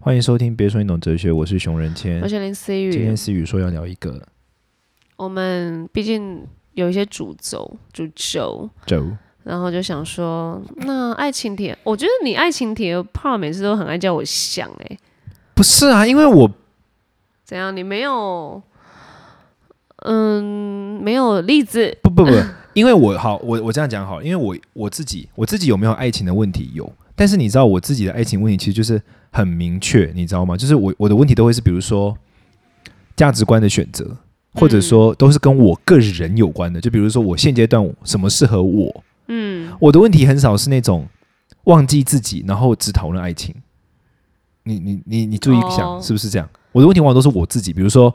欢迎收听《别说你懂哲学》，我是熊仁谦我。是林思今雨天。思雨说要聊一个我们毕竟有一些主轴、主轴，周，然后就想说，那爱情题，我觉得你爱情题的 part 每次都很爱叫我想、欸，不是啊，因为我怎样？你没有，嗯，没有例子，不不不，因为我好，我我这样讲好，因为我我自己我自己有没有爱情的问题有，但是你知道我自己的爱情问题其实就是很明确，你知道吗？就是我我的问题都会是比如说价值观的选择，或者嗯说都是跟我个人有关的，就比如说我现阶段什么适合我，嗯，我的问题很少是那种忘记自己，然后只讨论爱情。你你你你注意想、哦是不是这样？我的问题往往都是我自己，比如说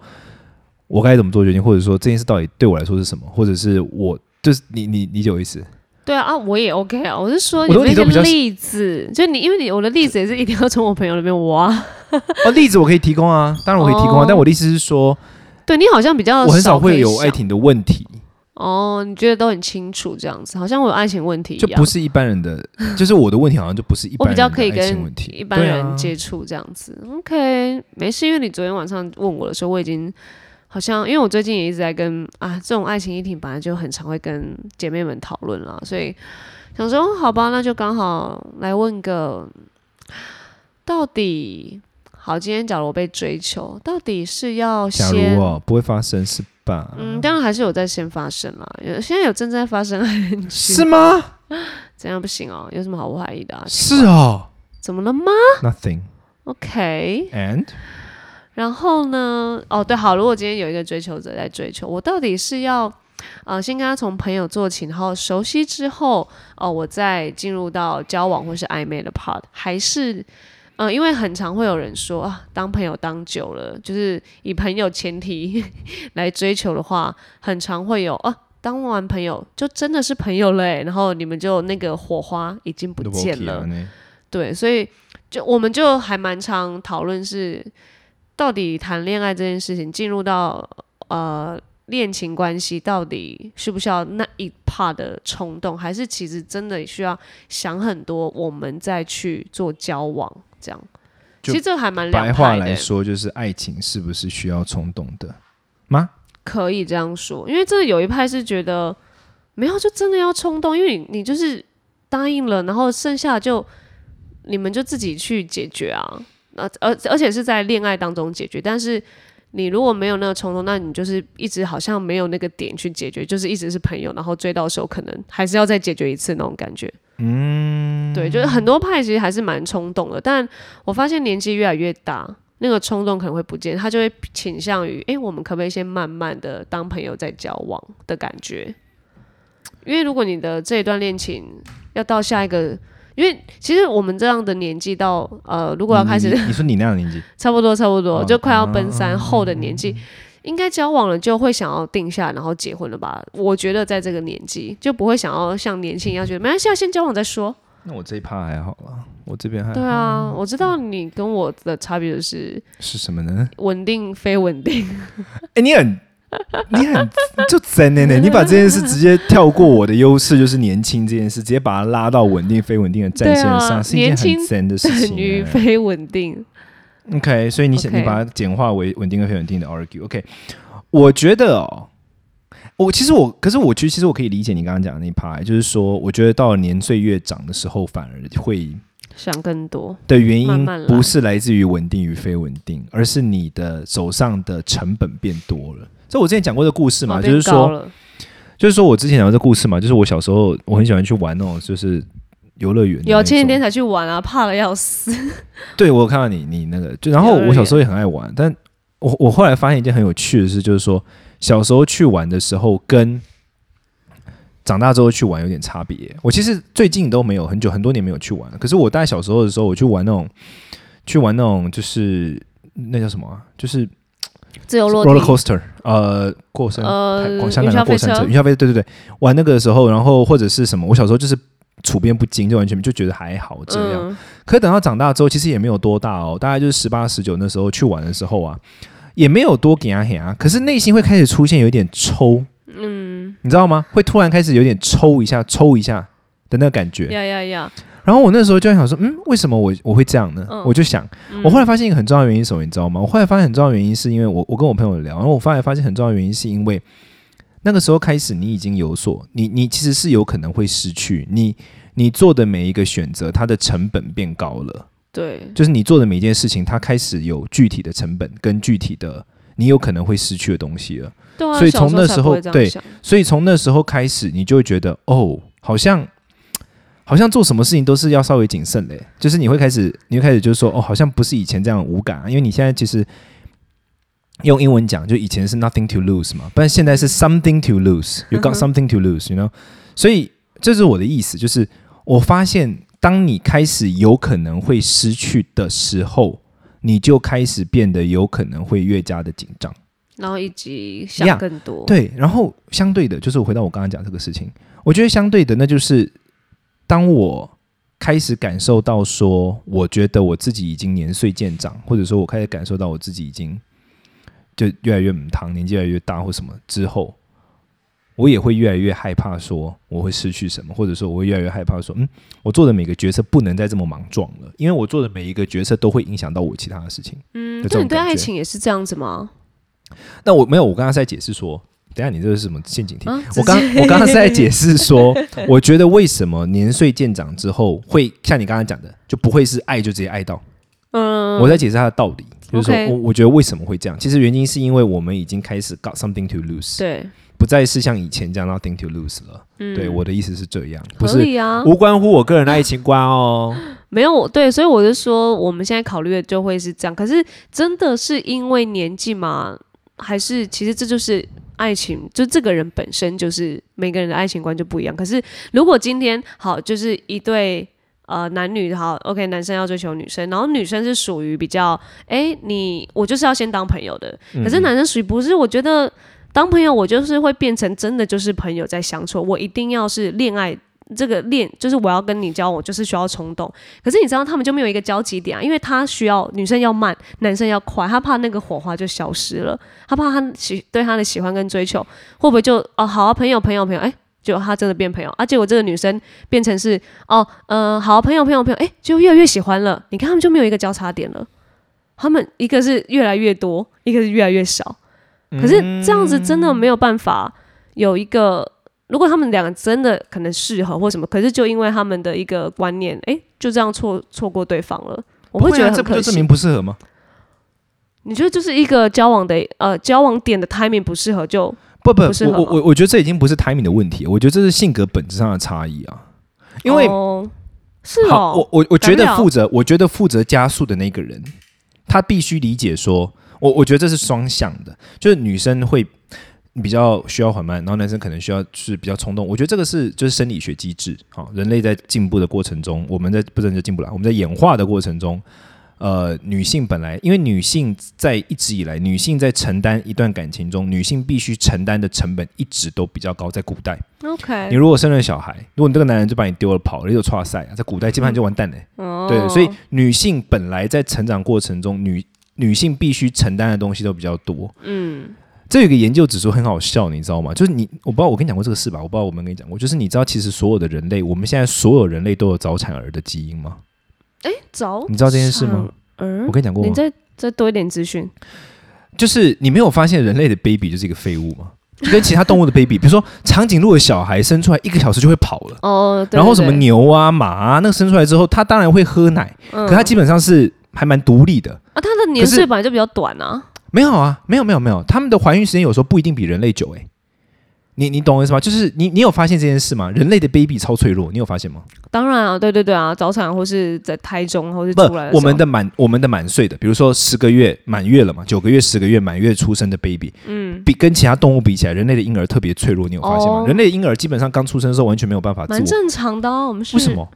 我该怎么做决定，或者说这件事到底对我来说是什么，或者是我就是你你理解我意思？对啊，啊，我也 OK 啊，我是说我你的问那题都些比较例子，就你因为你我的例子也是一定要从我朋友那边挖，哦，例子我可以提供啊，当然我可以提供啊，哦但我的意思是说，对你好像比较我很少可会以有爱想情的问题，哦，你觉得都很清楚这样子，好像我有爱情问题一就样，不是一般人的，就是我的问题好像就不是一我般比人较可以的爱情跟问题，一般对啊人接触这样子。OK，没事，因为你昨天晚上问我的时候，我已经好像因为我最近也一直在跟啊这种爱情议题，本来就很常会跟姐妹们讨论啦，所以想说哦好吧，那就刚好来问个到底。好，今天假如我被追求，到底是要假先如哦不会发生是吧？嗯，当然还是有在先发生啦，有现在有正在发生 ING 是吗？怎样不行哦？有什么好不怀疑的、啊？是哦怎么了吗，nothing ？OK， and 然后呢？哦，对，好，如果今天有一个追求者在追求我，到底是要呃先跟他从朋友做起，然后熟悉之后，哦，我再进入到交往或是暧昧的 part，还是？嗯、因为很常会有人说啊，当朋友当久了，就是以朋友前提 来追求的话，很常会有啊，当完朋友就真的是朋友了欸，然后你们就那个火花已经不都见 OK 了啊，呢对，所以就我们就还蛮常讨论是，到底谈恋爱这件事情进入到呃恋情关系，到底需不需要那一 part 的冲动，还是其实真的需要想很多，我们再去做交往这样。就其实这还蛮两白话派的来欸，说，就是爱情是不是需要冲动的吗？可以这样说，因为真的有一派是觉得没有，就真的要冲动，因为你你就是答应了，然后剩下就你们就自己去解决啊。而而而且是在恋爱当中解决，但是你如果没有那个冲动，那你就是一直好像没有那个点去解决，就是一直是朋友，然后追到手可能还是要再解决一次那种感觉。嗯，对，就是很多派其实还是蛮冲动的，但我发现年纪越来越大，那个冲动可能会不见，他就会倾向于，诶，我们可不可以先慢慢的当朋友再交往的感觉？因为如果你的这一段恋情要到下一个，因为其实我们这样的年纪到呃，如如果要开始你你你说你那样的年纪，差不多，差不多，哦嗯就快要奔三后的年纪，应该交往了就会想要定下，然后结婚了吧？我觉得在这个年纪就不会想要像年轻一样觉得没关系，啊，先交往再说。那我这一趴还好啦，我这边还嗯对啊，我知道你跟我的差别就是是什么呢？稳定非稳定，哎，你很你很就真的呢，你把这件事直接跳过我的优势，就是年轻这件事，直接把它拉到稳定非稳定的战线对上，啊是一件很年轻真的事等情于欸。非稳定。 OK，所以你想你 OK 把它简化为稳定跟非稳定的 argue。OK，我觉得哦。我其实我，可是我觉得其实我可以理解你刚刚讲的那一趴，就是说，我觉得到了年岁越长的时候，反而会想更多，的原慢因慢来不是来自于稳定与非稳定，而是你的手上的成本变多了。这我之前讲过的故事嘛，哦就是变高说，了就是说我之前讲过的故事嘛，就是我小时候我很喜欢去玩那种就是游乐园的那种，有前几天才去玩啊，怕的 要死。对我有看到你你那个，就然后幼儿园我小时候也很爱玩，但我我后来发现一件很有趣的事，就是说小时候去玩的时候跟长大之后去玩有点差别。我其实最近都没有很久很多年没有去玩，可是我大概小时候的时候，我去玩那种去玩那种就是那叫什么、啊，就是自由落 roller 体， coaster，呃，过山呃太，广香云港霄的过飞山车车，云霄飞，对对对，玩那个的时候，然后或者是什么，我小时候就是处变不惊，就完全就觉得还好这样。嗯，可等到长大之后，其实也没有多大哦，大概就是十八、十九那时候去玩的时候啊，也没有多给啊给啊，可是内心会开始出现有点抽，嗯，你知道吗？会突然开始有点抽一下、抽一下的那个感觉。呀呀呀！然后我那时候就在想说，嗯，为什么我我会这样呢？嗯我就想，我后来发现一个很重要的原因是什么，你知道吗？我后来发现很重要的原因是因为我我跟我朋友聊，然后我后来发现很重要的原因是因为那个时候开始你已经有所，你你其实是有可能会失去你你做的每一个选择，它的成本变高了，对，就是你做的每一件事情，它开始有具体的成本跟具体的你有可能会失去的东西了。对啊，所以小从那才时不候会这样对想所以从那时候开始，你就会觉得哦，好像好像做什么事情都是要稍微谨慎嘞，就是你会开始，你会开始就是说哦，好像不是以前这样无感、啊，因为你现在其实用英文讲，就以前是 nothing to lose 嘛，不然现在是 something to lose，you got 嗯哼 something to lose，you know，所以这是我的意思，就是我发现当你开始有可能会失去的时候。你就开始变得有可能会越加的紧张。然后以及呀想更多，对，然后相对的，就是我回到我刚刚讲这个事情，我觉得相对的，那就是当我开始感受到说，我觉得我自己已经年岁渐长，或者说我开始感受到我自己已经就越来越母汤，年纪越来越大或什么之后，我也会越来越害怕说我会失去什么，或者说我会越来越害怕说，嗯，我做的每个决策不能再这么莽撞了，因为我做的每一个决策都会影响到我其他的事情。有嗯，这那种你对感爱觉情也是这样子吗？那我没有，我刚刚是在解释说，等一下你这是什么陷阱题？啊，我刚我刚刚是在解释 说，我觉得为什么年岁渐长之后会像你刚刚讲的，就不会是爱就直接爱到。嗯，我在解释它的道理，就是说 OK 我我觉得为什么会这样，其实原因是因为我们已经开始 got something to lose，对，不再是像以前这样 nothing to lose 了。嗯，对，我的意思是这样，不合是理啊，无关乎我个人的爱情观哦。没有我对，所以我就说我们现在考虑的就会是哎这样。可是真的是因为年纪吗？还是其实这就是爱情？就这个人本身就是每个人的爱情观就不一样。可是如果今天好，就是一对呃男女好，OK，男生要追求女生，然后女生是属于比较哎，你我就是要先当朋友的。可是男生属于不是，我觉得当朋友我就是会变成真的就是朋友在相处，我一定要是恋爱。这个恋就是我要跟你交往，就是需要冲动。可是你知道他们就没有一个交集点啊，因为他需要女生要慢，男生要快，他怕那个火花就消失了，他怕他喜对他的喜欢跟追求会不会就哦好啊朋友朋友朋友哎。结果他真的变朋友，啊！结果这个女生变成是哦，呃，好啊，朋友，朋友，朋友，哎，就越来越喜欢了。你看他们就没有一个交叉点了，嗯他们一个是越来越多，一个是越来越少。可是这样子真的没有办法有一个，如果他们两个真的可能适合或什么，可是就因为他们的一个观念，哎、就这样错错过对方了，我不会会觉啊得很这不可就证惜。明不适合吗？你觉得就是一个交往的呃交往点的 timing 不适合就不不，不适合我我吗我我觉得这已经不是 timing 的问题，我觉得这是性格本质上的差异啊，因为。哦是好，哦我，我我觉干得扰负责，我觉得负责加速的那个人，他必须理解说，我我觉得这是双向的，就是女生会比较需要缓慢，然后男生可能需要是比较冲动。我觉得这个是就是生理学机制，好，人类在进步的过程中，我们在不能就进步了，我们在演化的过程中。呃，女性本来因为女性在一直以来，女性在承担一段感情中，女性必须承担的成本一直都比较高，在古代，你 OK 如果生了小孩，如果你这个男人就把你丢了跑了，你就错赛啊，在古代基本上就完蛋了欸、哦，对，所以女性本来在成长过程中，女女性必须承担的东西都比较多。嗯这有一个研究指出很好笑，你知道吗？就是你，我不知道我跟你讲过这个事吧？我不知道我们跟你讲过，就是你知道，其实所有的人类，我们现在所有人类都有早产儿的基因吗？哦早你知道这件事吗？嗯我，跟你讲过你吗？再再多一点资讯，就是你没有发现人类的 baby 就是一个废物吗？就跟其他动物的 baby，比如说长颈鹿的小孩生出来一个小时就会跑了。哦，对然后对什么对牛啊、马啊，那个生出来之后，它当然会喝奶，嗯可它基本上是还蛮独立的。啊，他的年可是岁本来就比较短啊，没有啊，没有没有没有，他们的怀孕时间有时候不一定比人类久诶、欸你你懂我意思吗？就是你你有发现这件事吗？人类的 baby 超脆弱，你有发现吗？当然啊，对对对啊，早产或是在胎中或是不出来，时候我们的满我们的满岁的，比如说十个月满月了嘛，九个月、十个月满月出生的 baby，嗯，比跟其他动物比起来，人类的婴儿特别脆弱，你有发现吗？哦人类的婴儿基本上刚出生的时候完全没有办法自蛮我，正常的啊，我们是为什？么？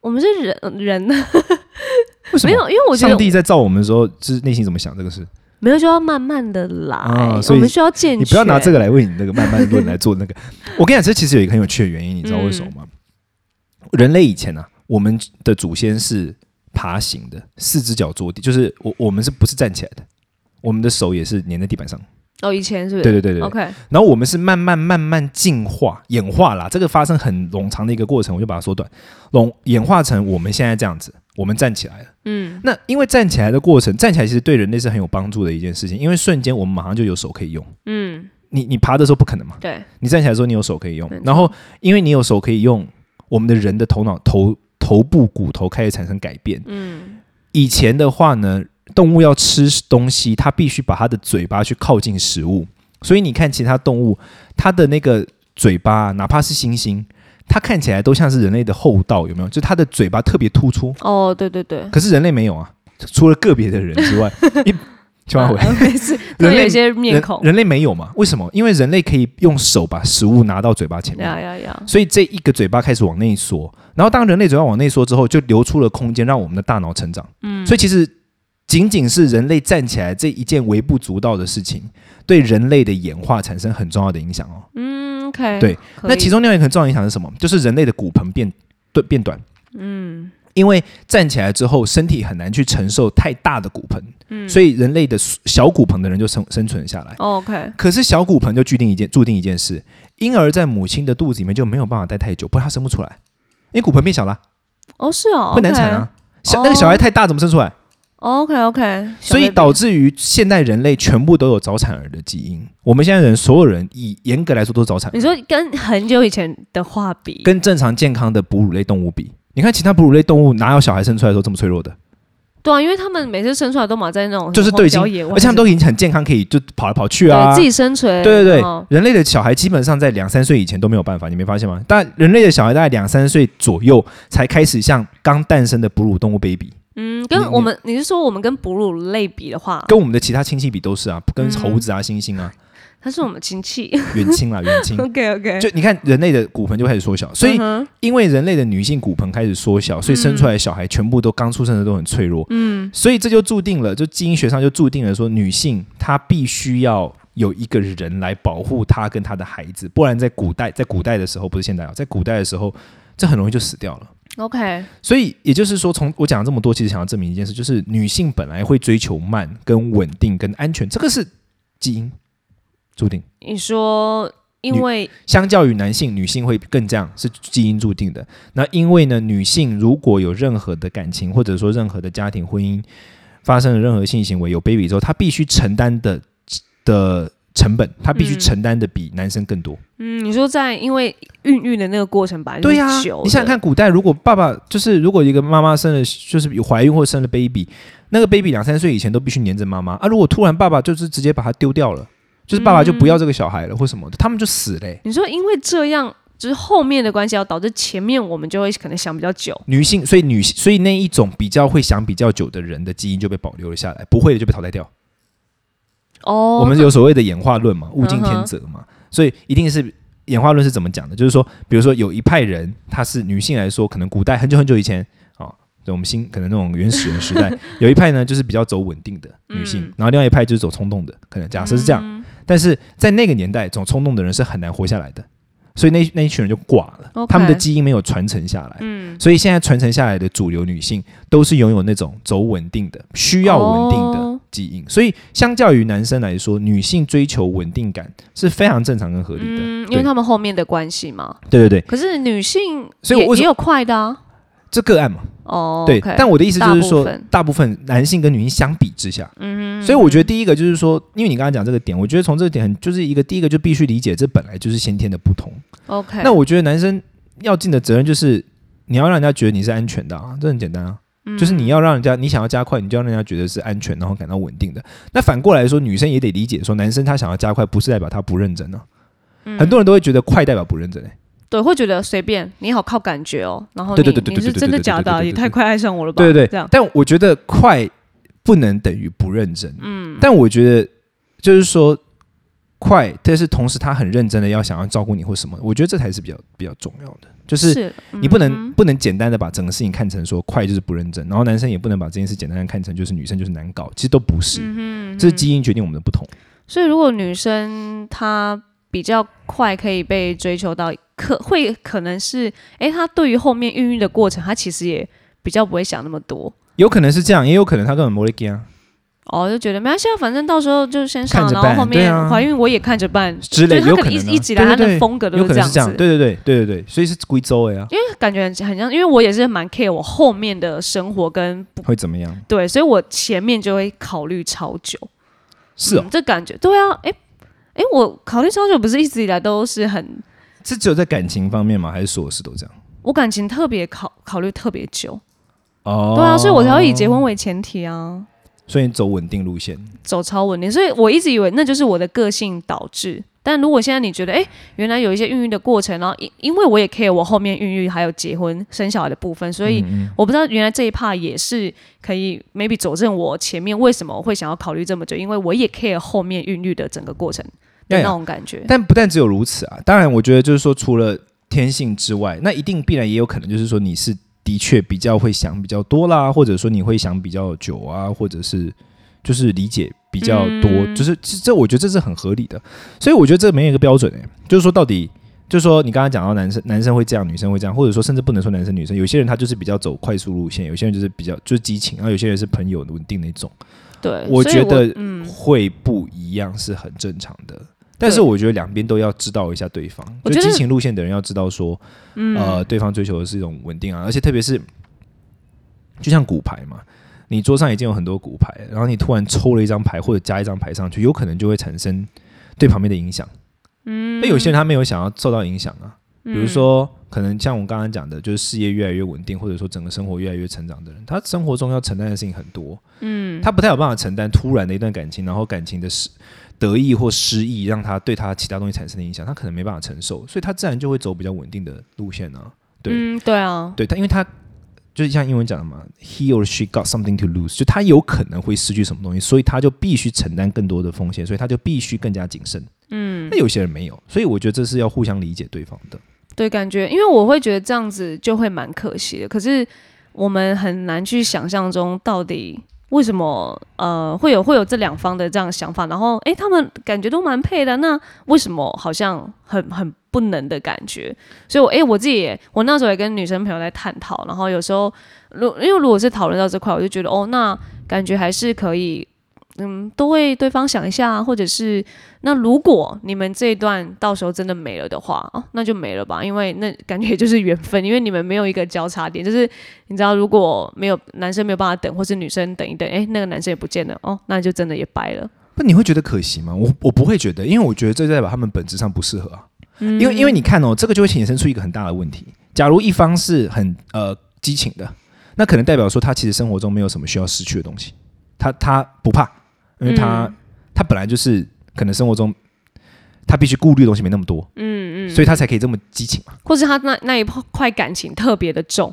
我们是人呃人呢？为什么？没有，因为我觉上得帝在造我们的时候，就是内心怎么想这个事？没有就要慢慢的来啊，所我以们需要健全。你不要拿这个来为你那个慢慢论来做那个。我跟你讲，这其实有一个很有趣的原因，你知道为什么吗？人类以前呢、啊，我们的祖先是爬行的，四只脚着地，就是我我们是不是站起来的？我们的手也是粘在地板上，哦，以前是不是？对对对对对 OK，然后我们是慢慢慢慢进化演化啦，这个发生很冗长的一个过程，我就把它缩短，拢演化成我们现在这样子，我们站起来了。嗯，那因为站起来的过程，站起来其实对人类是很有帮助的一件事情，因为瞬间我们马上就有手可以用。嗯，你你爬的时候不可能嘛，对，你站起来的时候你有手可以用没，错然后因为你有手可以用，我们的人的头脑头头部骨头开始产生改变。嗯，以前的话呢，动物要吃东西，它必须把它的嘴巴去靠近食物，所以你看其他动物，它的那个嘴巴，哪怕是猩猩，它看起来都像是人类的后道，有没有？就它的嘴巴特别突出，哦，对对对，可是人类没有啊，除了个别的人 之外，一千万回。啊没 事，都人类有一些面人孔，人类没有嘛？为什么？因为人类可以用手把食物拿到嘴巴前面，呀呀呀，所以这一个嘴巴开始往内缩，然后当人类嘴巴往内缩之后，就留出了空间让我们的大脑成长。嗯，所以其实仅仅是人类站起来这一件微不足道的事情，对人类的演化产生很重要的影响哦。嗯，OK，对可以，那其中另外一个很重要的影响是什么？就是人类的骨盆变对变短。嗯，因为站起来之后，身体很难去承受太大的骨盆，嗯，所以人类的小骨盆的人就生生存下来。哦 OK，可是小骨盆就注定一件注定一件事，婴儿在母亲的肚子里面就没有办法待太久，不然他生不出来，因为骨盆变小了，哦是哦，会难产啊。小那个小孩太大，怎么生出来？ ，OK OK，所以导致于现代人类全部都有早产儿的基因。我们现在人所有人以严格来说都是早产儿你，说跟很久以前的话比，跟正常健康的哺乳类动物比，你看其他哺乳类动物哪有小孩生出来的时候这么脆弱的？对啊，因为他们每次生出来都马在那种就是荒都已经郊野外，而且他们都已经很健康，可以就跑来跑去啊，对自己嗯生存，哦对对然对后，人类的小孩基本上在两三岁以前都没有办法，你没发现吗？但人类的小孩大概两三岁左右才开始像刚诞生的哺乳动物 baby，嗯，你跟我你们你是说我们跟哺乳类比的话，跟我们的其他亲戚比都是啊，跟猴子啊、猩猩啊、它是我们亲戚远亲啊、远 亲。 ，OK OK，就你看，人类的骨盆就开始缩小，所以嗯哼因为人类的女性骨盆开始缩小，所以生出来的小孩全部都刚出生的都很脆弱，嗯所以这就注定了，就基因学上就注定了说，女性她必须要有一个人来保护她跟她的孩子，不然在古代，在古代的时候不是现代啊，在古代的时候，这很容易就死掉了。 ，OK，所以也就是说，从我讲了这么多，其实想要证明一件事，就是女性本来会追求慢、跟稳定、跟安全，这个是基因注定。你说因女为相较于男性，女性会更这样，是基因注定的。那因为呢，女性如果有任何的感情，或者说任何的家庭婚姻发生了任何性行为，有 baby 之后，她必须承担的的成本，她必须嗯承担的比男生更多。嗯，你说在因为孕育的那个过程吧，对呀、久的你想想看，古代如果爸爸就是如果一个妈妈生了就是怀孕或生了 baby，那个 baby 两三岁以前都必须黏着妈妈啊。如果突然爸爸就是直接把他丢掉了，就是爸爸就不要这个小孩了或什么的，他们就死嘞、你说因为这样，就是后面的关系要导致前面我们就会可能想比较久，女性，所以女性，所以那一种比较会想比较久的人的基因就被保留了下来，不会的就被淘汰掉。哦，我们有所谓的演化论嘛，物竞嗯天哼择嘛，所以一定是演化论是怎么讲的？就是说，比如说有一派人，他是女性来说，可能古代很久很久以前啊、哦，就我们新可能那种原始人时代，有一派呢就是比较走稳定的女性，嗯然后另外一派就是走冲动的，可能假设是这样，但是在那个年代，走冲动的人是很难活下来的，所以那那一群人就挂了 OK 他们的基因没有传承下来。嗯，所以现在传承下来的主流女性都是拥有那种走稳定的、需要稳定的哦基因，所以相较于男生来说，女性追求稳定感是非常正常跟合理的。嗯，因为他们后面的关系嘛。对对对，可是女性所以也我为什么也有快的啊，这个案嘛，哦，对。但我的意思就是说大部分，大部分男性跟女性相比之下，嗯哼，所以我觉得第一个就是说，因为你刚刚讲这个点，我觉得从这个点很就是一个第一个就必须理解，这本来就是先天的不同。 OK，那我觉得男生要尽的责任就是你要让人家觉得你是安全的啊，这很简单啊。嗯就是你要让人家，你想要加快，你就要让人家觉得是安全，然后感到稳定的。那反过来说，女生也得理解说，男生他想要加快，不是代表他不认真啊。嗯很多人都会觉得快代表不认真、欸，对会觉得随便，你好靠感觉哦，然后对你对对对你是对对真的对对假的对啊，对对也太快爱上我了吧？对对这对样。但我觉得快不能等于不认真，嗯。但我觉得就是说快，但是同时他很认真的要想要照顾你或什么，我觉得这才是比较比较重要的，就是你不能、嗯不能简单的把整个事情看成说快就是不认真，然后男生也不能把这件事简单的看成就是女生就是难搞，其实都不是，嗯这是基因决定我们的不同。所以如果女生她比较快可以被追求到，可会可能是，哎，她对于后面孕育的过程，她其实也比较不会想那么多。有可能是这样，也有可能他根本没得 g 啊，哦，就觉得没关系啊，反正到时候就先上看，着然后办后对面啊怀孕我也看着办，之类的就是有他可可能一能啊一直以来他对对的对风格都有可这能是这子样，，对对对对对对，所以是贵州哎啊，因为感觉很很像，因为我也是蛮 care 我后面的生活跟不会怎么样？对，所以我前面就会考虑超久。是哦嗯，这感觉对啊，哎、哎、我考虑超久，不是一直以来都是很，是只有在感情方面吗？还是所有事都这样？我感情特别考考虑特别久，哦，对啊，所以我才会以结婚为前提啊，所以你走稳定路线，走超稳定，所以我一直以为那就是我的个性导致。但如果现在你觉得，哎、原来有一些孕育的过程，然后因因为我也 care 我后面孕育还有结婚生小孩的部分，所以嗯我不知道原来这一 part 也是可以 maybe 佐证我前面为什么会想要考虑这么久，因为我也 care 后面孕育的整个过程的呀呀那种感觉。啊但不但只有如此啊，当然，我觉得就是说，除了天性之外，那一定必然也有可能就是说，你是的确比较会想比较多啦，或者说你会想比较久啊，或者是就是理解比较多，就是这这我觉得这是很合理的。所以我觉得这没有一个标准诶、就是说到底。就是说，你刚刚讲到男生，男生会这样，女生会这样，或者说甚至不能说男生女生，有些人他就是比较走快速路线，有些人就是比较就是激情，然后有些人是朋友稳定那种。对，我所以觉得嗯，会不一样是很正常的。但是对我觉得两边都要知道一下对方，我就觉得嗯激情路线的人要知道说，呃，对方追求的是一种稳定啊，而且特别是就像骨牌嘛，你桌上已经有很多骨牌，然后你突然抽了一张牌或者加一张牌上去，有可能就会产生对旁边的影响。嗯，那有些人他没有想要受到影响啊，比嗯如说可能像我刚刚讲的，就是事业越来越稳定，或者说整个生活越来越成长的人，他生活中要承担的事情很多，嗯，他不太有办法承担突然的一段感情，然后感情的失得意或失意，让他对他其他东西产生的影响，他可能没办法承受，所以他自然就会走比较稳定的路线啊。对嗯，对啊，对他，因为他就是像英文讲的嘛，he or she got something to lose，就他有可能会失去什么东西，所以他就必须承担更多的风险，所以他就必须更加谨慎。嗯，那有些人没有，所以我觉得这是要互相理解对方的。对，感觉因为我会觉得这样子就会蛮可惜的。可是我们很难去想象中到底为什么呃会有会有这两方的这样想法，然后诶，他们感觉都蛮配的，那为什么好像很很不能的感觉？所以我诶，我自己也我那时候也跟女生朋友在探讨，然后有时候如因为如果是讨论到这块，我就觉得哦，那感觉还是可以。嗯，多为对方想一下，啊或者是那如果你们这一段到时候真的没了的话，哦，那就没了吧，因为那感觉就是缘分，因为你们没有一个交叉点，就是你知道，如果没有男生没有办法等，或是女生等一等，哎，那个男生也不见了，哦，那就真的也掰了。那你会觉得可惜吗？我我不会觉得，因为我觉得这代表他们本质上不适合啊。嗯因为因为你看哦，这个就会衍生出一个很大的问题。假如一方是很呃激情的，那可能代表说他其实生活中没有什么需要失去的东西，他他不怕，因为他、嗯他本来就是可能生活中他必须顾虑的东西没那么多，嗯嗯，所以他才可以这么激情嘛。或是他那那一块感情特别的重，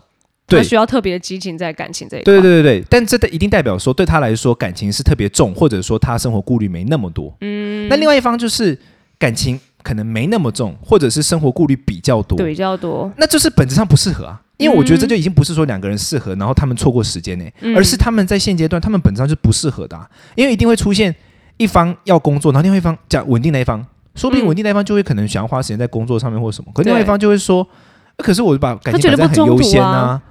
他对需要特别的激情在感情这一块。对对对对，但这一定代表说对他来说感情是特别重，或者说他生活顾虑没那么多。嗯，那另外一方就是感情可能没那么重，或者是生活顾虑比较多。对，嗯比较多。那就是本质上不适合啊。因为我觉得这就已经不是说两个人适合，然后他们错过时间呢、嗯而是他们在现阶段，他们本质上是不适合的、啊，因为一定会出现一方要工作，然后另外一方讲稳定那一方，说不定嗯稳定那一方就会可能想要花时间在工作上面或者什么，可另外一对方就会说，呃可是我把感他情觉得摆在不很冲优突先啊啊，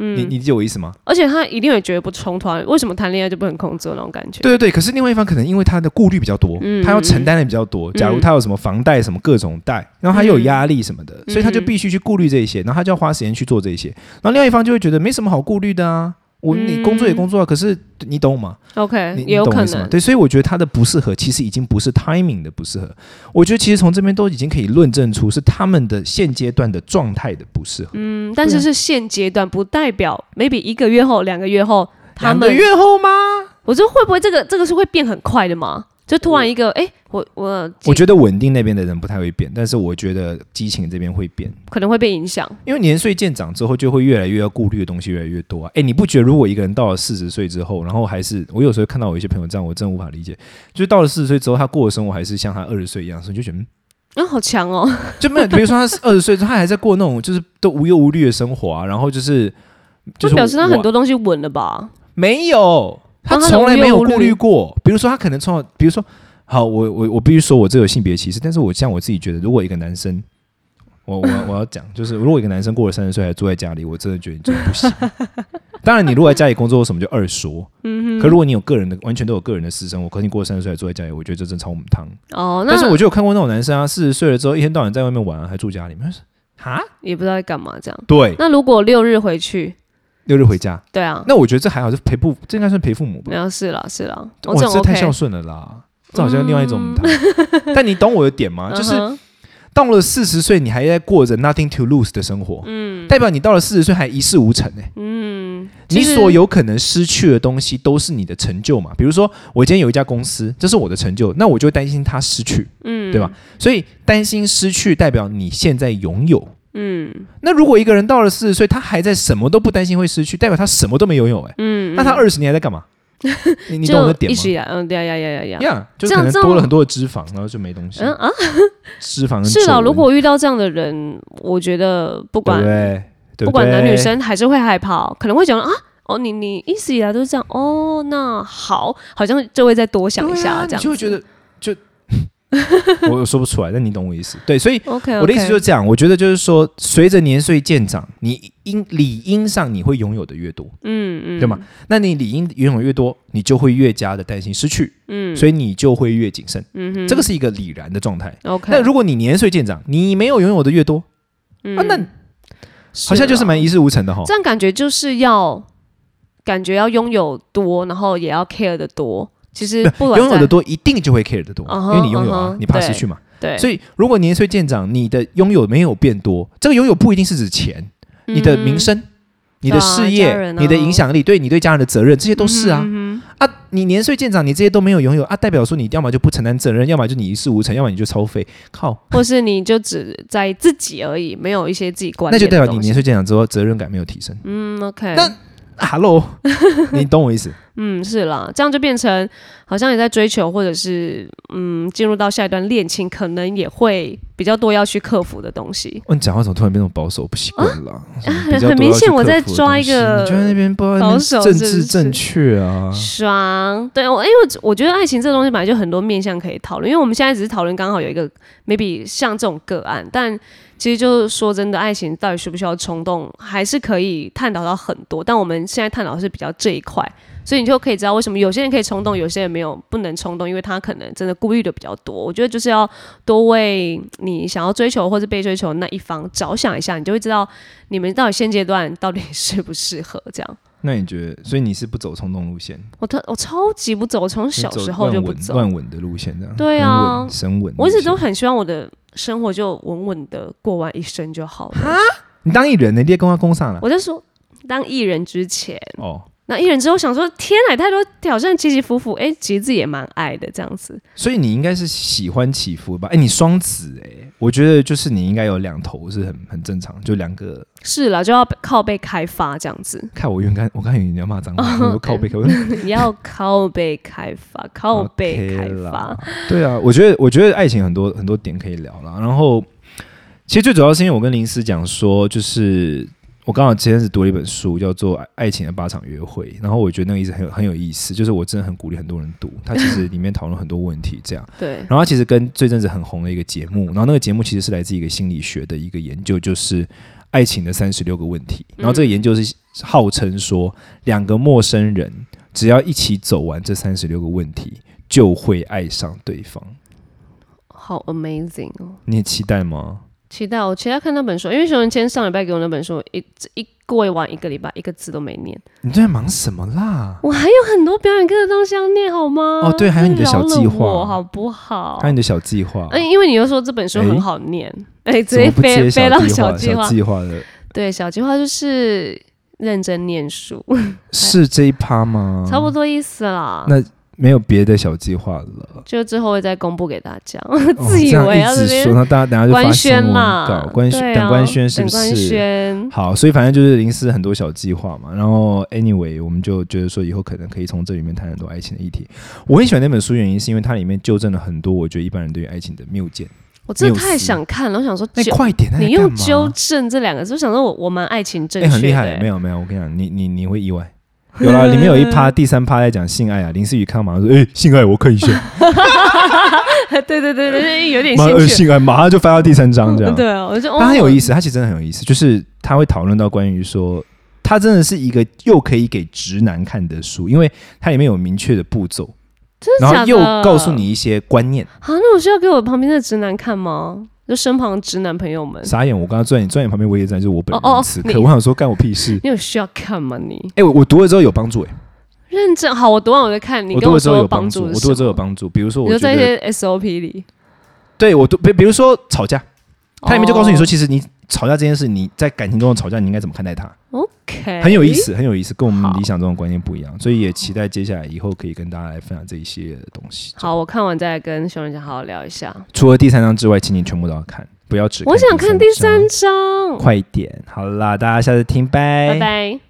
你你理解我意思吗？而且他一定也觉得不冲突啊，为什么谈恋爱就不能工作那种感觉？对对对，可是另外一方可能因为他的顾虑比较多，嗯他要承担的比较多。假如他有什么房贷、什么各种贷，然后他又有压力什么的，嗯所以他就必须去顾虑这些，然后他就要花时间去做这些。然后另外一方就会觉得没什么好顾虑的啊，我你工作也工作啊，可是你懂吗？ ，OK，你嗯呃也有你懂可我意思吗能。对，所以我觉得他的不适合其实已经不是 timing 的不适合，我觉得其实从这边都已经可以论证出是他们的现阶段的状态的不适合。嗯，但啊是是现阶段，不代表 maybe 一个月后、两个月后，他两们个月后吗？我觉得会不会这个这个是会变很快的吗？就突然一个，哎、我我我觉得稳定那边的人不太会变，但是我觉得激情这边会变。可能会被影响。因为年岁渐长之后，就会越来越要顾虑的东西越来越多啊。哎，你不觉得如果一个人到了四十岁之后，然后还是我有时候看到我一些朋友这样，我真的无法理解，就是到了四十岁之后，他过的生活还是像他二十岁一样，所以就觉得、嗯、 嗯，好强哦！就没有。比如说他二十岁之后，他还在过那种就是都无忧无虑的生活啊，然后就是就是那表示他很我啊多东西稳了吧？没有，他他的从来没有无忧无虑顾虑过。比如说，他可能从小，比如说，好，我我我必须说我这有性别歧视，但是我像我自己觉得，如果一个男生，我我我要讲，就是如果一个男生过了三十岁还住在家里，我真的觉得你真的不行。 当然，你如果在家里工作什么就二说，嗯可如果你有个人的，完全都有个人的私生活，可是你过了三十岁还住在家里，我觉得这真超母汤。哦，那但是我就有看过那种男生啊，四十岁了之后一天到晚在外面玩、啊，还住家里面，哈，也不知道在干嘛这样。对，那如果六日回去，六日回家。对啊，那我觉得这还好，就陪父，这应该算陪父母吧没。有是啦是啦，哇，我哦这种这 OK，嗯太孝顺了啦，这好像另外一种母汤。 但你懂我的点吗？就是嗯哼到了四十岁，你还在过着 nothing to lose 的生活，嗯，代表你到了四十岁还一事无成呢、嗯，你其实所有可能失去的东西都是你的成就嘛。比如说，我今天有一家公司，这是我的成就，那我就会担心它失去，嗯，对吧？所以担心失去代表你现在拥有，嗯。那如果一个人到了四十岁，他还在什么都不担心会失去，代表他什么都没拥有、欸，哎，嗯。那他二十年还在干 嘛？你你懂我的就点一吗？起来，嗯，呀呀呀呀呀，呀就这可样能这多了样很多的脂肪，然后就没东西。嗯啊，脂肪跟是皱啦。纹如果遇到这样的人，我觉得不对啊管不对？对不不管男女对，生还是会害怕哦，可能会觉得啊，哦，你你一直以来都是这样，哦，那好，好像就会再多想一对啊下，这你样就会觉得 就我说不出来，但你懂我意思。对，所以 OK，, 我的意思就是这样。我觉得就是说，随着年岁渐长，你应理应上你会拥有的越多，嗯嗯，对吗？？那你理应拥有越多，你就会越加的担心失去，嗯，所以你就会越谨慎。嗯哼，这个是一个理然的状态。 OK，那如果你年岁渐长，你没有拥有的越多嗯啊，那好像就是啦蛮一事无成的哈。这样，啊感觉就是要感觉要拥有多，然后也要 care 的多。其实不管拥有在的多，一定就会 care 的多，嗯因哼为你拥有嗯啊哼，你怕对失去嘛。对，所以，如果年岁渐长，你的拥有没有变多，这个拥有不一定是指钱，以你的名声、你的事业、嗯啊家人啊嗯你的影响力、对你对家人的责任，这些都是啊。啊，你年岁渐长，你这些都没有拥有啊，代表说你要么就不承担责任，要么就你一事无成，要么你就超废，靠，嗯或是你就只在意自己而已，没有一些自己观那念就的代东西，表你年岁渐长之后责任感没有提升。嗯 OK，那 Hello，你懂我意思？嗯是啦，这样就变成好像也在追求，或者是嗯进入到下一段恋情，可能也会比较多要去克服的东西。哦，你讲话怎么突然变那么保守？不习惯了 啦。什么比较多很明要去显我克在服的抓东一西个你就在那边不知道在那保边守政是不治正是确啊。爽，对我，因为我我觉得爱情这东西本来就很多面向可以讨论，因为我们现在只是讨论刚好有一个 maybe 像这种个案，但其实就是说真的，爱情到底需不需要冲动，还是可以探讨到很多。但我们现在探讨的是比较这一块，所以你就可以知道为什么有些人可以冲动，有些人没有不能冲动，因为他可能真的顾虑的比较多。我觉得就是要多为你想要追求或是被追求的那一方着想一下，你就会知道你们到底现阶段到底适不适合这样。那你觉得，所以你是不走冲动路线？我特我超级不走，我从你小走时候就乱不稳走，乱稳的路线，这样对啊很稳神稳。我一直都，很希望我的生活就稳稳的过完一生就好了。你当艺人呢，你也跟他攻上了我就说，当艺人之前，哦，那艺人之后想说，天哪，太多挑战，起起伏伏，哎、其实自己也蛮爱的这样子。所以你应该是喜欢起伏吧？哎，你双子哎，我觉得就是你应该有两头是很很正常，就两个。是啦，就要靠被开发这样 子，看我原刚，我刚以为你要骂脏话，哦我说靠背靠背也要靠被开发，靠哦被开 OK 发啦。对啊，我觉得我觉得爱情很多很多点可以聊啦。然后，其实最主要是因为我跟林思讲说，就是我刚好前阵子读了一本书，叫做《爱爱情的八场约会》，然后我觉得那个一直很有很有意思，就是我真的很鼓励很多人读，它其实里面讨论很多问题这样。对，然后它其实跟最阵子很红的一个节目，然后那个节目其实是来自一个心理学的一个研究，就是爱情的三十六个问题。然后这个嗯研究是号称说，两个陌生人只要一起走完这三十六个问题，就会爱上对方。好 amazing 哦！你也期待吗？期待我期待看那本书，因为熊仁谦上礼拜给我那本书，一一过完一个礼拜，一个字都没念。你在忙什么啦？我还有很多表演课的东西要念，好吗？哦对还有你的小计划真饶了我好不好？还有你的小计划，哎，因为你又说这本书很好念，哎、直怎么接不接飞飞到小计划？划小。哎计划的对，小计划就是认真念书，是这一趴吗？差不多意思啦。那没有别的小计划了。就之后会再公布给大家。哦 自以这样为要一直这边说，那大家等下就发官新宣闻啦稿，，官宣对等啊官宣是不等是？官宣，好，所以反正就是林思很多小计划嘛，然后 anyway，我们就觉得说以后可能可以从这里面谈很多爱情的议题。我很喜欢那本书，原因是因为它里面纠正了很多我觉得一般人对于爱情的谬见。我真的你有太事想看了，我想说那纠快点，那在你用干嘛纠正这两个字，我想说我我蛮爱情正哎、确的、很厉害，没有？有没有，我跟你讲，你你你会意外。 有啦，里面有一趴，第三趴在讲性爱啊。林思雨看到马上说：“哎、性爱我可以选。” 对对对对，就是有点蛮恶兴趣。心啊，马上就翻到第三章这样。 对啊，我就哦但，他很有意思，他其实真的很有意思，就是他会讨论到关于说，他真的是一个又可以给直男看的书，因为它里面有明确的步骤，真的然假后的又告诉你一些观念。啊，那我需要给我旁边的直男看吗？就身旁的直男朋友们，傻眼，我刚刚坐在你坐在你旁边，我也在，就是我本哦呃哦人此刻，你我想说干我屁 事。你有需要看吗？你哎、我我读了之后有帮助、哎，认真好，我读完我再看。你我跟读了之说后的有帮助，助是什么，我读了之后有帮助。比如说，你我就觉在一得，些 SOP 里，对我读，比比如说吵架，它里面就告诉你说，哦其实你吵架这件事，你在感情中的吵架，你应该怎么看待它，哦，OK，很有意。思，很有意思，跟我们哎好理想中的观念不一样，所以也期待接下来以后可以跟大家来分享这一系列的东西。好，我看完再来跟熊仁姐好好聊一下。除了第三章之外，请你全部都要看，不要只我想看第章三章，快一点，好啦，大家下次听，拜拜。